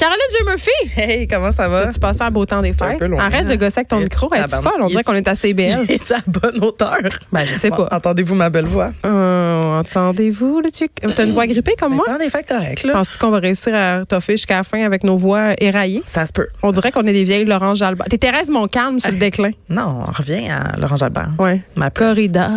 Caroline J. Murphy! Hey, comment ça va? Tu passais un beau temps des Hein? un fêtes. peu loin, hein. Arrête de gosser avec ton Et micro. Es-tu tabarnak. folle? On dirait qu'on est assez belle. Es-tu à bonne hauteur? Ben, je sais Bon, pas. Entendez-vous ma belle voix? Euh, Entendez-vous, le chick? T'as une voix grippée comme moi? Attendez, fait correct, là. Penses-tu qu'on va réussir à toffer jusqu'à la fin avec nos voix éraillées? Ça se peut. On dirait qu'on est des vieilles Laurence Jalbert. T'es Thérèse Montcalm Ah. sur le déclin. Non, on revient à Laurent Jalbert. Ouais. Ma peur. Corridor.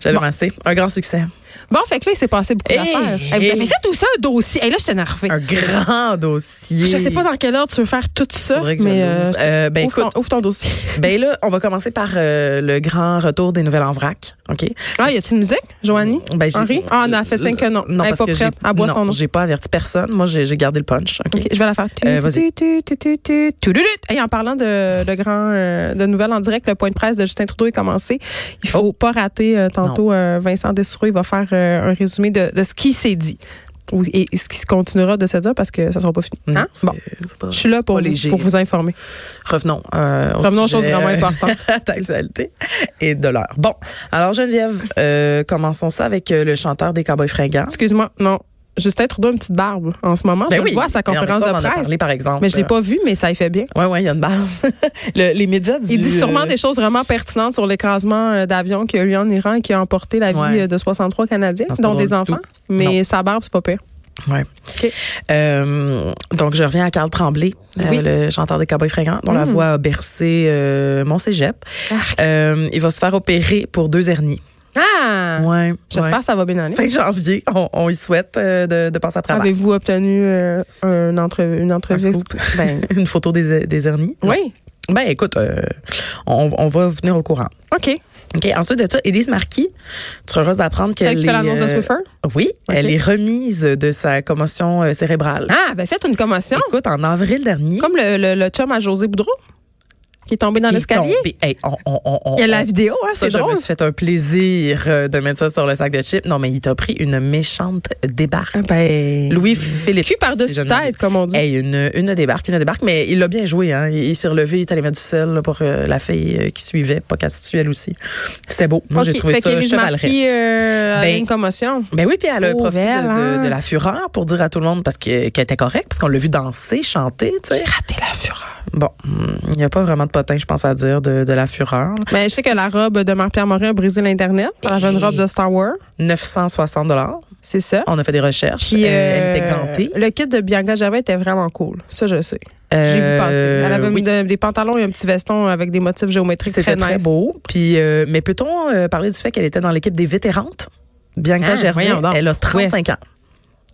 J'allais lancer. Un grand succès. Bon, fait que là, il s'est passé beaucoup Hey, d'affaires. Hey, hey. vous avez fait tout ça un dossier. Et là, je suis énervée. Un grand dossier. Je sais pas dans quelle heure tu veux faire tout ça, Faudrait que je mais le euh, lise. Euh, ben, ouvre, écoute, ton, ouvre ton dossier. ben là, on va commencer par euh, le grand retour des nouvelles en vrac. OK? Ah, y a-t-il une musique, Joanie? Ben, j'ai- Henri? Ah, non, elle fait cinq que non. Non, elle est parce pas que prête. j'ai- Elle boit non, son nom. j'ai pas averti personne. Moi, j'ai j'ai gardé le punch. OK? OK, je vais la faire. Euh, vas-y. Tu, tu, tu, tu, tu, tu, tu, tu. Hey, en parlant de, de grand, euh, de nouvelles en direct, le point de presse de Justin Trudeau est commencé. Il Oh. faut pas rater euh, tantôt euh, Vincent Dessureau. Il va faire euh, un résumé de, de ce qui s'est dit. Ou- Et et ce qui se continuera de se dire parce que ça sera pas fini. Non, Hein? c'est- Bon, Euh, c'est pas- je suis là pour pas vous, léger. pour vous informer. Revenons. euh, au Revenons aux sujet, choses vraiment importantes. d'actualité et de l'heure. Bon, alors Geneviève, euh, commençons ça avec euh, le chanteur des Cowboys Fringants. Excuse-moi, non. Justin Trudeau a une petite barbe en ce moment. je le vois à sa Ben Mais non, mais conférence ça, on en de a presse. parlé, Euh, par exemple. Mais je l'ai pas vu, mais ça y fait bien. Oui, oui, il y a une balle. Le- les médias du... Il dit sûrement euh, des choses vraiment pertinentes sur l'écrasement euh, d'avion qu'il y a eu en Iran et qui a emporté la vie Ouais. euh, de 63 Canadiens, Non, c'est pas dont drôle des du enfants. tout. Mais sa barbe, c'est pas pire. Ouais. OK. Euh, donc, je reviens à Carl Tremblay, euh, Oui. le chanteur des Cowboys Fringants, dont la Mm. Ah. voix a bercé euh, mon cégep. Arc. Euh, il va se faire opérer pour deux hernies. Ah! Ouais, J'espère ouais. que ça va bien aller. Fin janvier, on, on y souhaite euh, de, de passer à travers. Avez-vous obtenu euh, un entre- une entrevue? Un ex- scoop. Ben, Une photo des, des hernies. oui. Ben écoute, euh, on, on va vous tenir au courant. OK. OK, ensuite de ça, Élise Marquis, tu seras heureuse d'apprendre qu'elle Celle qui fait est, l'annonce de euh, Swiffer? Oui, OK. elle est remise de sa commotion euh, cérébrale. Ah, ben faites une commotion. Écoute, en avril dernier, Comme le, le- le chum à José Boudreau, qui est tombé dans qui est l'escalier. tombée- Hey, on, on- on- on- Il y a on- la vidéo, hein, ça, c'est je drôle. me suis fait un plaisir euh, de mettre ça sur le sac de chips. Non, mais il t'a pris une méchante débarque. Ah, ben, Louis-Philippe. cul si par-dessus je ne m'abuse. tête, comme on dit. Hey, une, une débarque, une débarque, mais il l'a bien joué. Hein. Il, il s'est relevé, il est allé mettre du sel là, pour euh, la fille euh, qui suivait, pas qu'elle se tue elle aussi. C'était beau. Moi, OK, j'ai trouvé fait ça qu'Élise chevaleresque. Marquis euh, avait Ben, une commotion. Ben oui, puis elle a Oh, profité belle, de, de- hein. de la fureur pour dire à tout le monde parce que- qu'elle était correcte, parce qu'on l'a vu danser, chanter, tu sais. raté la fureur. Bon, hum, il n'y a pas vraiment de potin, je pense, à dire de, de la fureur. là. Mais je sais que la robe de Marc-Pierre Morin a brisé l'Internet. Elle avait une robe de Star Wars. 960 C'est ça. On a fait des recherches. Puis, Euh, euh, elle était gantée. Le kit de Bianca Gervais était vraiment cool. Ça, je sais. J'ai vu passer. Elle avait Euh, oui. de- des pantalons et un petit veston avec des motifs géométriques C'était très, très nice. beau. Puis, euh, mais peut-on euh, parler du fait qu'elle était dans l'équipe des vétérantes? Bianca Ah, Gervais, voyons donc. elle a 35 ans.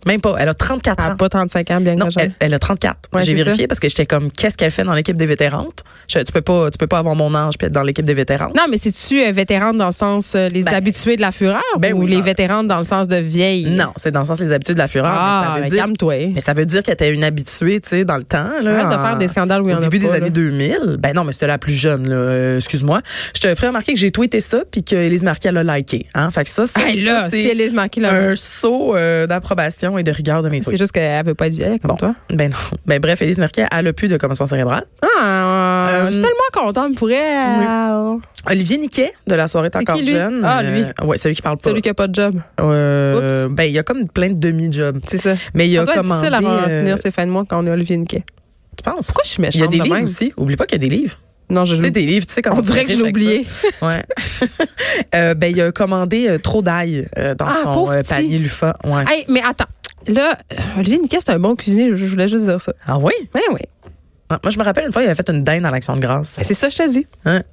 Même pas, elle a 34 Elle n'a ans. pas 35 ans, Bianca Ah. Non, Gervais. elle, elle a 34. Ouais, J'ai c'est vérifié parce que j'étais comme, qu'est-ce qu'elle fait dans l'équipe des vétérantes? Je- tu peux pas, tu peux pas avoir mon âge puis être dans l'équipe des vétérantes. Non, mais c'est-tu euh, vétérane dans le sens euh, les Ben, habitués de la fureur ben ou oui, les ben- vétéranes dans le sens de vieilles? Non, c'est dans le sens les habitudes de la fureur. Ah, mais, ça ben, veut dire, calme-toi. mais ça veut dire qu'elle était une habituée, tu sais, dans le temps. Là, Arrête de en- faire des scandales où il y en Au a début des pas, là. années 2000. Ben non, mais c'était la plus jeune, là. Euh, excuse-moi. Je te ferai remarquer que j'ai tweeté ça puis qu'Élise Marquis, elle a liké. Hein? Fait que ça, c'est, Hey, là, ça, si Elise Marquis l'a un saut euh, d'approbation et de rigueur de mes C'est tweets. juste qu'elle veut pas être vieille comme Bon. toi. Ben non. Ben bref, Élise Marquis, elle a plus de commotion cérébrale. Ah, Euh, je suis tellement contente euh, pour elle. Olivier Niquet, de la soirée T'es C'est encore qui, lui? jeune. Ah, euh, lui. ouais, celui qui parle pas. Celui qui a pas de job, Euh, ben, il y a comme plein de demi-jobs. c'est ça. Mais il y Ça a doit être commandé... difficile à euh, finir ces fins de mois quand on a Olivier Niquet. tu penses? Pourquoi je suis Il y a méchante des de livres même? aussi. Oublie pas qu'il y a des livres. Non, je Tu sais, des livres, tu sais, comment On dirait que je l'ai oublié. Ouais. Euh, ben, il a commandé euh, trop d'ail euh, dans Ah, son pauvre euh, petit. Ah. panier Lufa. Ouais. Hey, mais attends. Là, euh, Olivier Niquet, c'est un bon cuisinier, je, je voulais juste dire ça. Ah oui? Oui, Ben oui. Ah, Moi, je me rappelle une fois, il avait fait une dinde à l'action de grâce. Ben, C'est ça, je te dis. Hein?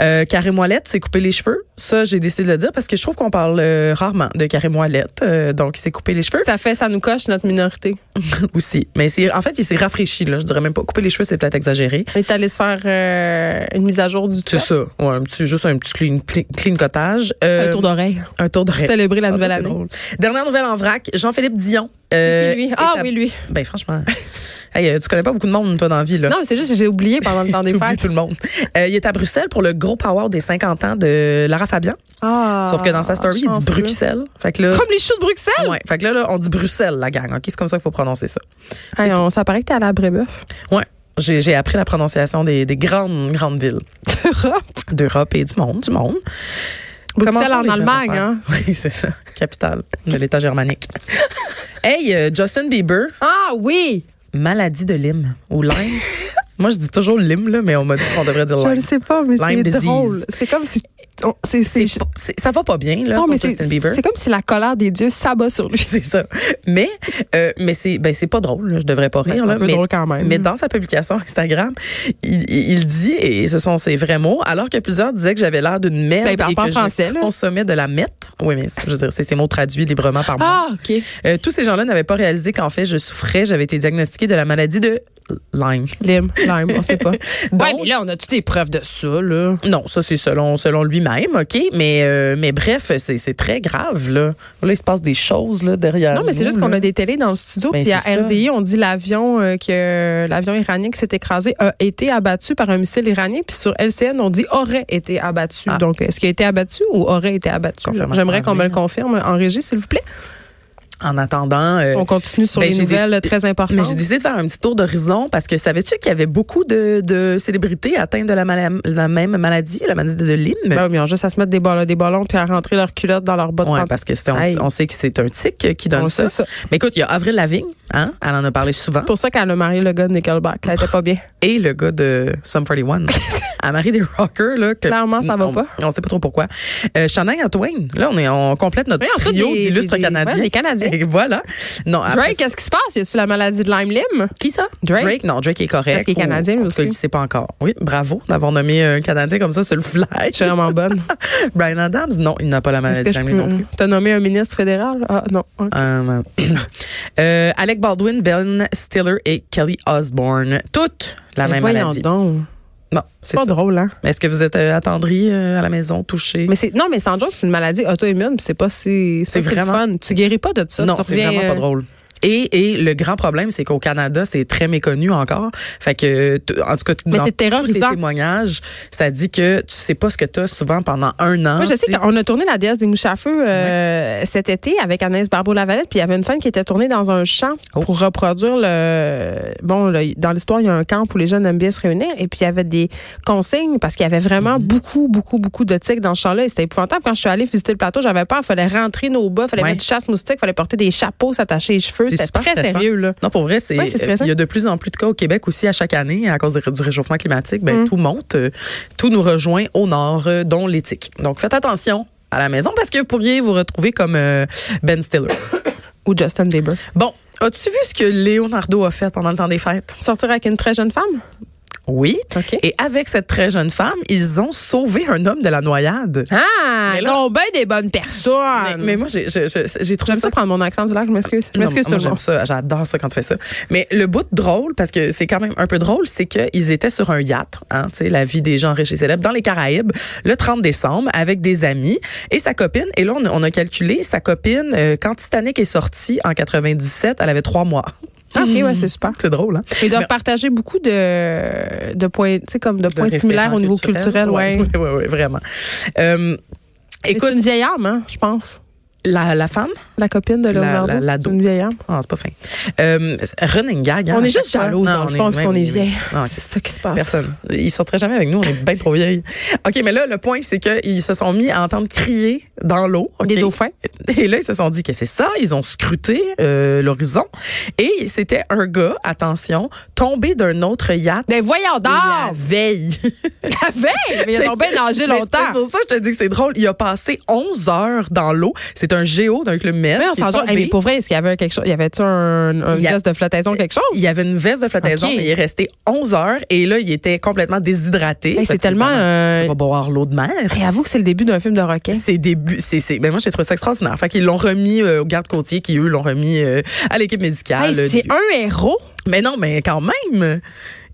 Euh, Carré Moilette s'est coupé les cheveux. Ça, j'ai décidé de le dire parce que je trouve qu'on parle euh, rarement de Carré Moilette. Euh, donc, il s'est coupé les cheveux Ça fait, ça nous coche notre minorité. aussi. Mais c'est, en fait, il s'est rafraîchi. Là. Je dirais même pas. Couper les cheveux, c'est peut-être exagéré. On est allé se faire euh, une mise à jour du C'est top. ça. Ouais, un petit, juste un petit clean, clean- clean cottage. Un Euh, tour d'oreille. un tour de raie. Célébrer la Ah, ça, nouvelle c'est année. drôle. Dernière nouvelle en vrac, Jean-Philippe Dion. Puis euh, lui. est Ah à- oui, lui. Ben franchement, Hey, euh, tu connais pas beaucoup de monde, toi, dans la vie, là. Non, mais c'est juste que j'ai oublié pendant le temps des T'oublies fêtes. tout le monde. Euh, il est à Bruxelles pour le gros power des 50 ans de Lara Fabian. Ah, Sauf que dans sa story, il dit chanceux. Bruxelles. Fait que là, Comme les choux de Bruxelles! ouais. Fait que là, là, on dit Bruxelles, la gang. OK? C'est comme ça qu'il faut prononcer ça. Hey, on, ça paraît que t'es allé à Brébeuf. Ouais. J'ai j'ai appris la prononciation des, des grandes, grandes villes d'Europe et du monde, du monde. Bruxelles Commençons en les Allemagne, affaires. hein? Oui, c'est ça. Capitale de l'État germanique. hey, euh, Justin Bieber, Ah oui! maladie de Lyme ou Lyme. Moi, je dis toujours Lyme, là, mais on m'a dit qu'on devrait dire Je le Lyme. sais pas, mais c'est Lyme disease. drôle. C'est comme si. on- C'est C'est c'est- pas- c'est- ça va pas bien, là, Non, pour mais c'est Justin Bieber. c'est comme si la colère des dieux s'abat sur lui. C'est ça. Mais, euh, mais c'est ben, c'est pas drôle, là, je devrais pas Ben, C'est rire. un là, peu mais, drôle quand même. mais dans sa publication Instagram, il, il- il dit, et ce sont ses vrais mots, alors que plusieurs disaient que j'avais l'air d'une merde Ben, il parle et pas en que français, là. je consommais de la mette. Oui, mais je veux dire, c'est ses mots traduits librement par moi. Ah, OK. Euh, tous ces gens-là n'avaient pas réalisé qu'en fait, je souffrais, j'avais été diagnostiquée de la maladie de Lyme. Lime, lime, on sait pas. ouais, Donc- mais là, on a-tu des preuves de ça, là? Non, ça c'est selon selon lui-même, OK, mais euh, mais bref, c'est c'est très grave là. Là, il se passe des choses là derrière Non, mais c'est Euh, nous, juste qu'on là. a des télés dans le studio. Ben, puis à c'est ça. RDI, on dit l'avion euh, que l'avion iranien qui s'est écrasé a été abattu par un missile iranien. Puis sur LCN, on dit aurait été abattu. Ah. Donc, est-ce qu'il a été abattu ou aurait été abattu? Confirmation J'aimerais qu'on me le anglais. confirme en régie, s'il vous plaît. en attendant euh, On continue sur ben, les j'ai nouvelles décidé- très importantes. Mais j'ai décidé de faire un petit tour d'horizon parce que savais-tu qu'il y avait beaucoup de, de célébrités atteintes de la, mala- la même maladie, la maladie de Lyme? Ben oui, ils ont juste à se mettre des ballons, des ballons puis à rentrer leurs culottes dans leurs bottes. Ouais, pantoufles. parce que c'est- on, Aïe. on sait que c'est un tic qui donne On ça. sait ça. Mais écoute, il y a Avril Lavigne, hein, elle en a parlé souvent, C'est pour ça qu'elle a marié le gars de Nickelback. Elle était pas bien. et le gars de Sum 41, à Marie des Rockers là. que- Clairement, ça va on, pas. On sait pas trop pourquoi. Euh, Shania Twain, là, on est, on complète notre Oui, en fait, trio des- d'illustres des- des- canadiens. ouais, des Canadiens. Et voilà. Non, après- Drake, qu'est-ce qui se passe? Y a-tu la maladie de Lyme Lim? Qui ça? Drake. Non, Drake est correct. Parce qu'il est Ou- Canadien, en tout lui cas, aussi. Il ne sait pas encore. Oui, bravo d'avoir nommé un Canadien comme ça sur le fly. Je suis vraiment bonne. Brian Adams, non, il n'a pas la Est-ce maladie que de je Lyme non plus. peux... T'as nommé un ministre fédéral? Ah, non. Ok. Euh, euh, Alec Baldwin, Ben Stiller et Kelly Osbourne. Toutes la Mais même voyons maladie. donc. Bon, c'est pas ça. drôle, hein? Mais Est-ce que vous êtes euh, attendri euh, à la maison, touché? Mais c'est non, mais sans joke, c'est une maladie auto-immune, puis c'est pas si c'est C'est pas si le vraiment- fun. Tu guéris pas de ça. non, tu c'est reviens, vraiment pas euh, drôle. Et, et le grand problème, c'est qu'au Canada, c'est très méconnu encore. Fait que, t- en tout cas, Mais dans c'est tous les terrorisant. témoignages, ça dit que tu sais pas ce que tu as souvent pendant un an. Moi, je tu sais qu'on a tourné La déesse des mouches à feu euh, cet été avec Anaïs Barbeau-Lavalette, puis il y avait une scène qui était tournée dans un champ Oh. pour reproduire le. Bon, là, dans l'histoire, il y a un camp où les jeunes aiment bien se réunir, et puis il y avait des consignes parce qu'il y avait Mm-hmm. vraiment beaucoup, beaucoup, beaucoup de tics dans ce champ-là, et c'était épouvantable. Quand je suis allée visiter le plateau, j'avais peur, il fallait rentrer nos bas, il fallait Ouais. mettre du chasse-moustique, il fallait porter des chapeaux, s'attacher les cheveux. C'est C'était super très stressant. sérieux, là. Non, pour vrai, c'est Ouais, c'est euh, stressant. il y a de plus en plus de cas au Québec aussi à chaque année à cause de- du réchauffement climatique. Ben, Mm. Tout monte, euh, tout nous rejoint au nord, euh, dont l'éthique. Donc faites attention à la maison parce que vous pourriez vous retrouver comme euh, Ben Stiller. Ou Justin Bieber. bon, as-tu vu ce que Leonardo a fait pendant le temps des fêtes? Sortir avec une très jeune femme? Oui. OK. Et avec cette très jeune femme, ils ont sauvé un homme de la noyade. Ah, Mais là- non, ben des bonnes personnes. Mais, mais moi, j'ai j'ai- j'ai- j'ai Ah, J'aime trouvé ça ça prendre mon accent du lac, je m'excuse. Je Non, m'excuse tout moi, le monde. j'aime ça. J'adore ça quand tu fais ça. Mais le bout de drôle, parce que c'est quand même un peu drôle, c'est qu'ils étaient sur un yacht, hein, tu sais, la vie des gens riches et célèbres, dans les Caraïbes, le 30 décembre, avec des amis et sa copine. Et là, on, on a calculé, sa copine, euh, quand Titanic est sorti en 97, elle avait trois mois. Ah, OK, ouais, c'est super. C'est drôle, hein? Ils doivent Mais- partager beaucoup de, de points, tu sais, comme de points De similaires au référents niveau culturels, culturel, ouais. ouais. ouais, ouais, vraiment. Euh, Mais C'est écoute, une vieille âme, hein, je pense. la, la femme, La copine de Leonardo, la- la- c'est l'ado. une vieille âme. Ah, c'est pas fin. Euh, running gag. hein, on à est juste chaque fois. jaloux, Non, dans le fond, parce ouais, qu'on est mais- vieille. Ah, ok. C'est ça qui se passe. Personne. Ils sortiraient jamais avec nous, on est bien trop vieilles. OK, mais là, le point, c'est qu'ils se sont mis à entendre crier dans l'eau. OK? Des dauphins. Et là, ils se sont dit que c'est ça. Ils ont scruté euh, l'horizon. Et c'était un gars, attention, tombé d'un autre yacht Des voyants la d'or! veille. La veille! Mais ils ont bien nagé Mais longtemps. C'est pour ça que je te dis que c'est drôle. Il a passé 11 heures dans l'eau. C'est un géo d'un club med. Mais on qui est s'en tombé. Hey, mais pour vrai, est-ce qu'il y avait quelque chose? Y avait-tu un, un Il y a- geste de flottaison, quelque chose? Il y avait une veste de flottaison, Ok. mais il est resté 11 heures et là, il était complètement déshydraté. Hey, Ben, c'est Parce que, tellement, évidemment, euh, Tu vas boire l'eau de mer. Et avoue que c'est le début d'un film de requin. C'est début, c'est c'est. Ben moi j'ai trouvé ça extraordinaire. Fait qu'ils l'ont remis euh, aux gardes côtiers qui eux l'ont remis euh, à l'équipe médicale. euh, Hey, c'est un héros. Mais non, mais quand même.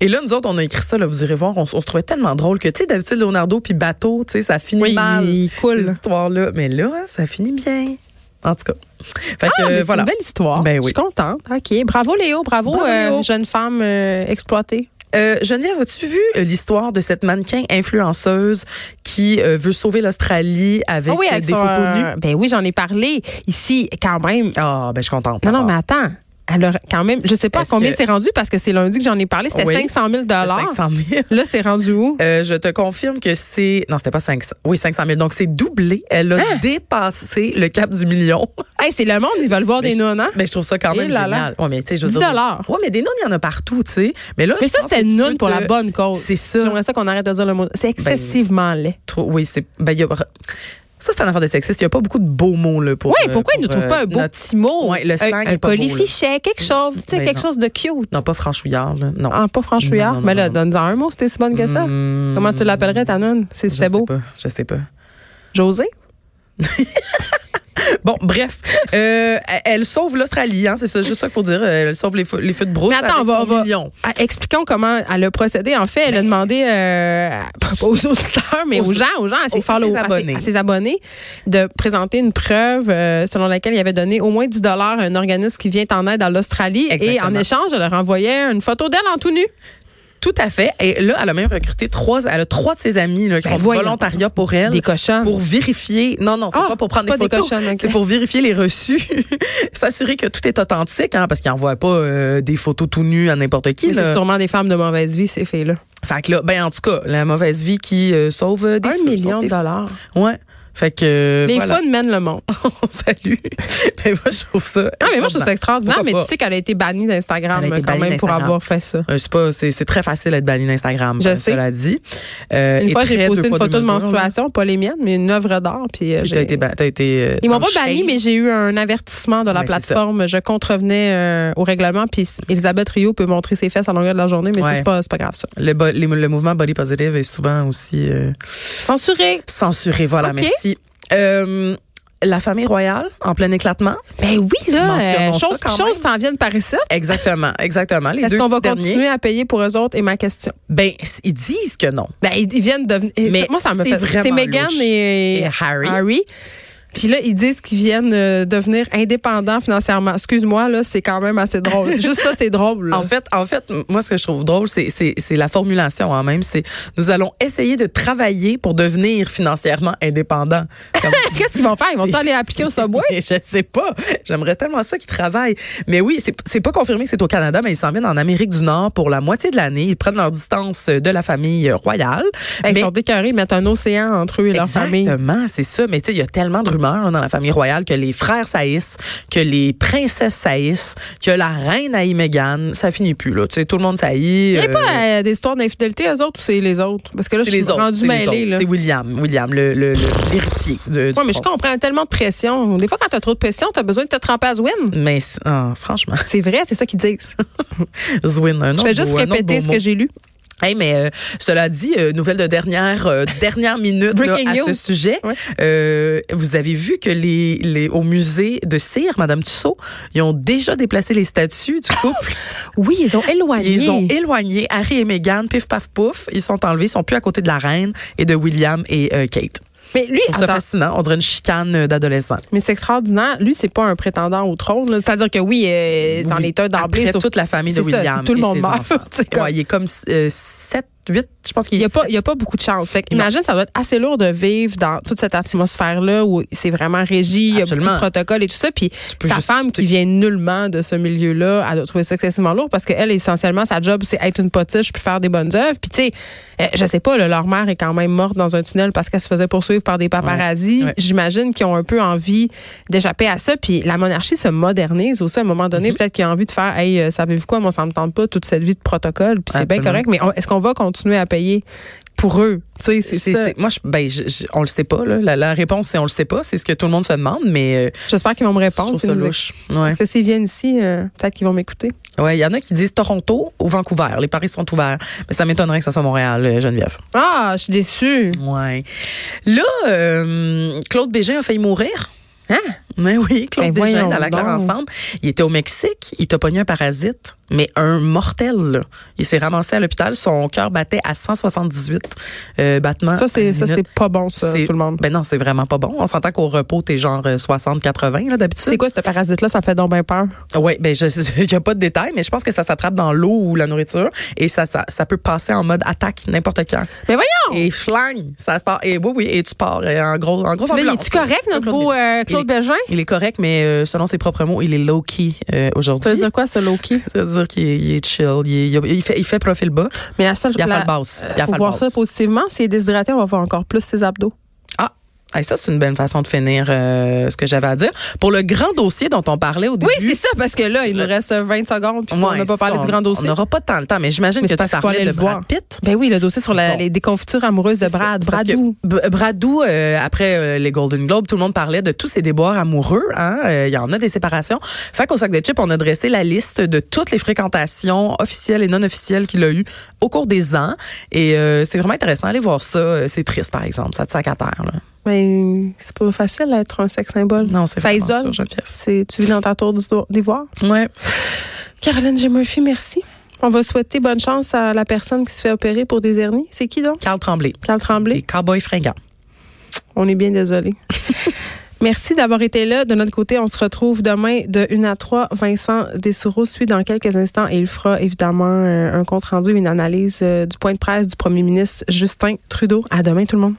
Et là nous autres on a écrit ça là, vous irez voir, on, s- on se trouvait tellement drôle que tu sais d'habitude Leonardo puis bateau, tu sais ça finit Oui, mal il coule. hein, ces histoires là, mais là ça finit bien. En tout cas, Fait que, Ah, mais euh, c'est voilà. une belle histoire. Ben Je oui. suis contente. OK. Bravo, Léo. Bravo, Bravo, euh, Léo. jeune femme euh, exploitée. Euh, Geneviève, as-tu vu euh, l'histoire de cette mannequin influenceuse qui euh, veut sauver l'Australie avec, Ah oui, euh, avec des son, photos euh, nues? Ben oui, j'en ai parlé ici quand même. Ah, ben je suis contente. Non, non, alors. mais attends. Alors, quand même, je sais pas à Est-ce combien que- c'est rendu parce que c'est lundi que j'en ai parlé. C'était Oui. 500 000 C'est 500 000. Là, c'est rendu où? Euh, je te confirme que c'est... Non, c'était pas 500. Oui, 500 000. Donc, c'est doublé. Elle a dépassé le cap du million. Eh Hey, c'est le monde, ils veulent voir Mais des nonnes, hein? Mais Ben, je trouve ça quand même Et là là. génial. Ouais, mais tu sais, je veux 10 dire- dollars. Ouais, mais des nounes, il y en a partout, tu sais. Mais là, Mais je ça, pense c'est que tu une peux nonne pour te- la bonne cause. C'est ça. Ben, J'aimerais ça qu'on arrête de dire le mot. C'est excessivement laid. Trop- Oui, c'est. Ben, il y a- Ça, c'est un affaire de sexiste. Il n'y a pas beaucoup de beaux mots, là, pour. Oui, euh, pourquoi ils ne pour, trouvent euh, pas un beau notre- petit mot? Ouais, le slang un, est un pas beau, là. colifichet, quelque chose, tu sais, Ben quelque non. chose de cute. Non, pas franchouillard, là. Non. Ah, pas franchouillard. Non, non, Mais là, non, donne-en un mot, c'était si bonne que ça. Hmm, Comment tu l'appellerais, ta nonne, si Je sais c'était beau? pas. Je sais pas. José? Bon, bref. Euh, elle sauve l'Australie, hein. C'est ça, juste ça qu'il faut dire. Elle sauve les, feux- les feux de brousse. Mais attends, avec on va- son on va- million. Ben, Ah, Expliquons comment elle a procédé. En fait, elle a demandé, euh, à- pas aux auditeurs, mais Aux- aux gens, aux gens, à ses, aux- à followers, ses à ses- abonnés. à ses abonnés, de présenter une preuve euh, selon laquelle il avait donné au moins 10 dollars à un organisme qui vient en aide à l'Australie. Et en Exactement. échange, elle leur envoyait une photo d'elle en tout nu. Tout à fait. Et là, elle a même recruté trois. Elle a trois de ses amis, là, qui Ben, font du voyons. volontariat pour elle. Des cochons. pour vérifier. Non, non, c'est Ah, pas pour prendre c'est des pas des photos. cochons, ok. C'est pour vérifier les reçus, s'assurer que tout est authentique, hein, parce qu'ils n'envoient pas euh, des photos tout nues à n'importe qui. Mais Là. C'est sûrement des femmes de mauvaise vie, ces filles-là. Fait que là, ben en tout cas, la mauvaise vie qui euh, sauve euh, des Un feux, million sauve de des feux. dollars. Ouais. Fait que euh, Les voilà. fun mènent le monde. on salue. mais moi je trouve ça. Ah, mais moi, je trouve ça extraordinaire, Pourquoi mais pas? tu sais qu'elle a été bannie d'Instagram Elle a été quand bannie même pour d'Instagram. avoir fait ça. Euh, c'est pas c'est c'est très facile d'être banni d'Instagram Je euh, sais. cela dit Euh, Une et fois, j'ai très posté deux une poids, deux photo de mesures, là. menstruation, pas les miennes, mais une œuvre d'art. Puis, euh, Puis j'ai- t'as été ban- t'as été euh, Ils m'ont dans pas le banni, shame. mais j'ai eu un avertissement de la Ouais, c'est ça. plateforme. Je contrevenais euh, au règlement. Puis Elisabeth Rio peut montrer ses fesses à longueur de la journée, mais ça, Ouais. c'est pas, c'est pas grave, ça. le, bo- les- le mouvement body positive est souvent aussi euh, Censuré. Censuré, voilà, Ok. merci. Euh, la famille royale en plein éclatement. Ben oui, là. Mentionnons euh, ça Chose quand chose s'en viennent par ici. Exactement, exactement. Les Est-ce deux qu'on va petits derniers, continuer à payer pour eux autres? Et ma question. Ben, s- ils disent que non. Ben, ils ils viennent de venir. Mais moi, ça me c'est fait. vraiment C'est Meghan louche. et, Et Harry. Puis là, ils disent qu'ils viennent euh, devenir indépendants financièrement. Excuse-moi, là, c'est quand même assez drôle. Juste ça, c'est drôle. là. En fait, en fait, m- moi, ce que je trouve drôle, c'est, c'est, c'est la formulation en même. C'est nous allons essayer de travailler pour devenir financièrement indépendants. Comme- Qu'est-ce qu'ils vont faire? Ils vont C'est- aller appliquer au Subway? Mais je sais pas. J'aimerais tellement ça qu'ils travaillent. Mais oui, c'est- c'est pas confirmé que c'est au Canada, mais ils s'en viennent en Amérique du Nord pour la moitié de l'année. Ils prennent leur distance euh, de la famille royale. Hey, mais Ben, Ils sont décœurés, ils mettent un océan entre eux et leur famille. Exactement, c'est ça. Mais tu sais, il y a tellement de rumeurs là, dans la famille royale que les frères saillissent, que les princesses saillissent, que la reine haït Meghan. Ça finit plus, là. Tu sais, tout le monde Il saillit. n'y a euh, pas euh, des histoires d'infidélité, eux autres, ou c'est les autres? Parce que là, c'est je suis les autres. rendue c'est les mêlée. autres. Là. C'est William, William, le, le- le- l'héritier de- du Ouais, mais je trône. comprends tellement de pression. Des fois, quand tu as trop de pression, tu as besoin de te tremper à Zwin. Mais c'est- ah, franchement, C'est vrai, c'est ça qu'ils disent. Zwin, un Je autre vais juste beau- un autre répéter beau ce mot. que j'ai lu. Hey, mais euh, cela dit, euh, nouvelle de dernière euh, dernière minute là, Breaking à ce news. sujet. Ouais. Euh, vous avez vu que les, les au musée de Cire, Madame Tussaud, ils ont déjà déplacé les statues du couple. Oui, ils ont éloigné. ils les ont éloigné Harry et Meghan, pif paf pouf. Ils sont enlevés, ils sont plus à côté de la reine et de William et euh, Kate. Mais lui, C'est attends, fascinant. On dirait une chicane euh, d'adolescents. mais c'est extraordinaire. Lui, c'est pas un prétendant au trône. là. C'est-à-dire que oui, euh, c'en Oui. est un d'emblée. Après sauf- toute la famille de C'est ça, William si tout le et monde ses meurt, enfants. c'est comme- Ouais, il est comme 7, 8, je pense Il qu'il n'y est a, pas- sept. il y a pas beaucoup de chance. Fait que imagine, ça doit être assez lourd de vivre dans toute cette atmosphère-là où c'est vraiment régi, il y a beaucoup Absolument. de protocoles et tout ça. Puis peux sa juste- femme qui vient nullement de ce milieu-là, elle doit trouver ça excessivement lourd parce qu'elle, essentiellement, sa job, c'est être une potiche puis faire des bonnes œuvres. Puis tu sais, euh, je sais pas, là, leur mère est quand même morte dans un tunnel parce qu'elle se faisait poursuivre par des paparazzis. Ouais, ouais. J'imagine qu'ils ont un peu envie d'échapper à ça. Puis la monarchie se modernise aussi à un moment donné. Mm-hmm. Peut-être qu'ils ont envie de faire, hey, euh, savez-vous quoi, moi, ça me tente pas toute cette vie de protocole. Puis c'est bien Absolument. correct. Mais on- est-ce qu'on va continuer à payer pour eux? Tu sais, c'est C'est- ça. c'est- Moi, je, ben, je- je- on le sait pas. Là. La, la réponse, c'est on le sait pas. C'est ce que tout le monde se demande, mais euh, J'espère qu'ils vont me je répondre. trouve s'ils ça nous louche. Ouais, Parce que s'ils viennent ici, euh, peut-être qu'ils vont m'écouter. ouais. Il y en a qui disent Toronto ou Vancouver. Les paris sont ouverts, mais ça m'étonnerait que ça soit Montréal, euh, Geneviève. Ah, je suis déçue. Ouais. Là, euh, Claude Bégin a failli mourir. Hein? Mais oui, Claude Ben Desjardins, voyons à la claire donc. ensemble. Il était au Mexique, il t'a pogné un parasite, mais un mortel. là. Il s'est ramassé à l'hôpital, son cœur battait à 178 euh, battements. Ça, c'est, ça, par minute. c'est pas bon, ça, C'est- tout le monde. Ben non, c'est vraiment pas bon. On s'entend qu'au repos, t'es genre euh, 60-80 là, C'est d'habitude. quoi ce parasite-là? Ça fait donc bien peur. Oui, ben je n'y a pas de détails, mais je pense que ça s'attrape dans l'eau ou la nourriture et ça, ça, ça peut passer en mode attaque n'importe quand. Mais voyons! Et flang, ça se part. Et oui, oui, et tu pars euh, en gros, en gros Là, il est-tu correct, notre beau euh, Claude Bégin? Il est correct, mais euh, selon ses propres mots, il est low-key euh, Ça veut aujourd'hui. dire quoi, ce Loki? Ça veut dire qu'il est, il est chill, il, est- il a- il fait, il fait profil bas. Mais la seule Il a la- fait le boss. Il a Pour fait le voir boss. ça positivement, s'il est déshydraté, on va voir encore plus ses abdos. Ah, hey, ça, c'est une bonne façon de finir euh, ce que j'avais à dire. Pour le grand dossier dont on parlait au début. Oui, c'est ça, parce que là, il nous reste 20 secondes, puis on Ouais, n'a pas ça, parlé on- du grand dossier. On n'aura pas tant le temps, mais j'imagine Mais que c'est tu parce qu'il faut parlais aller de le voir. Brad Pitt. Ben oui, le dossier sur la- Bon. les déconfitures amoureuses de C'est ça. Brad. C'est parce que Bradou. B- Bradou, euh, après euh, les Golden Globes, tout le monde parlait de tous ces déboires amoureux. hein. Euh, Il y en a des séparations. Fait qu'au sac de chips, on a dressé la liste de toutes les fréquentations officielles et non officielles qu'il a eues au cours des ans. Et euh, c'est vraiment intéressant. Allez voir ça. Euh, C'est triste, par exemple. Ça te sac à terre. là. Mais Ben, c'est pas facile d'être un sexe symbole. Non, c'est Ça vraiment isole. dur, Geneviève. C'est, tu vis dans ta tour d'iso- d'ivoire. Ouais. Caroline G. Murphy, merci. On va souhaiter bonne chance à la personne qui se fait opérer pour des hernies. C'est qui donc? Carl Tremblay. Carl Tremblay. Les cowboys fringants. On est bien désolé. Merci d'avoir été là. De notre côté, on se retrouve demain de 1 à 3. Vincent Dessoureau suit dans quelques instants et il fera évidemment euh, un compte-rendu, une analyse euh, du point de presse du premier ministre Justin Trudeau. À demain tout le monde.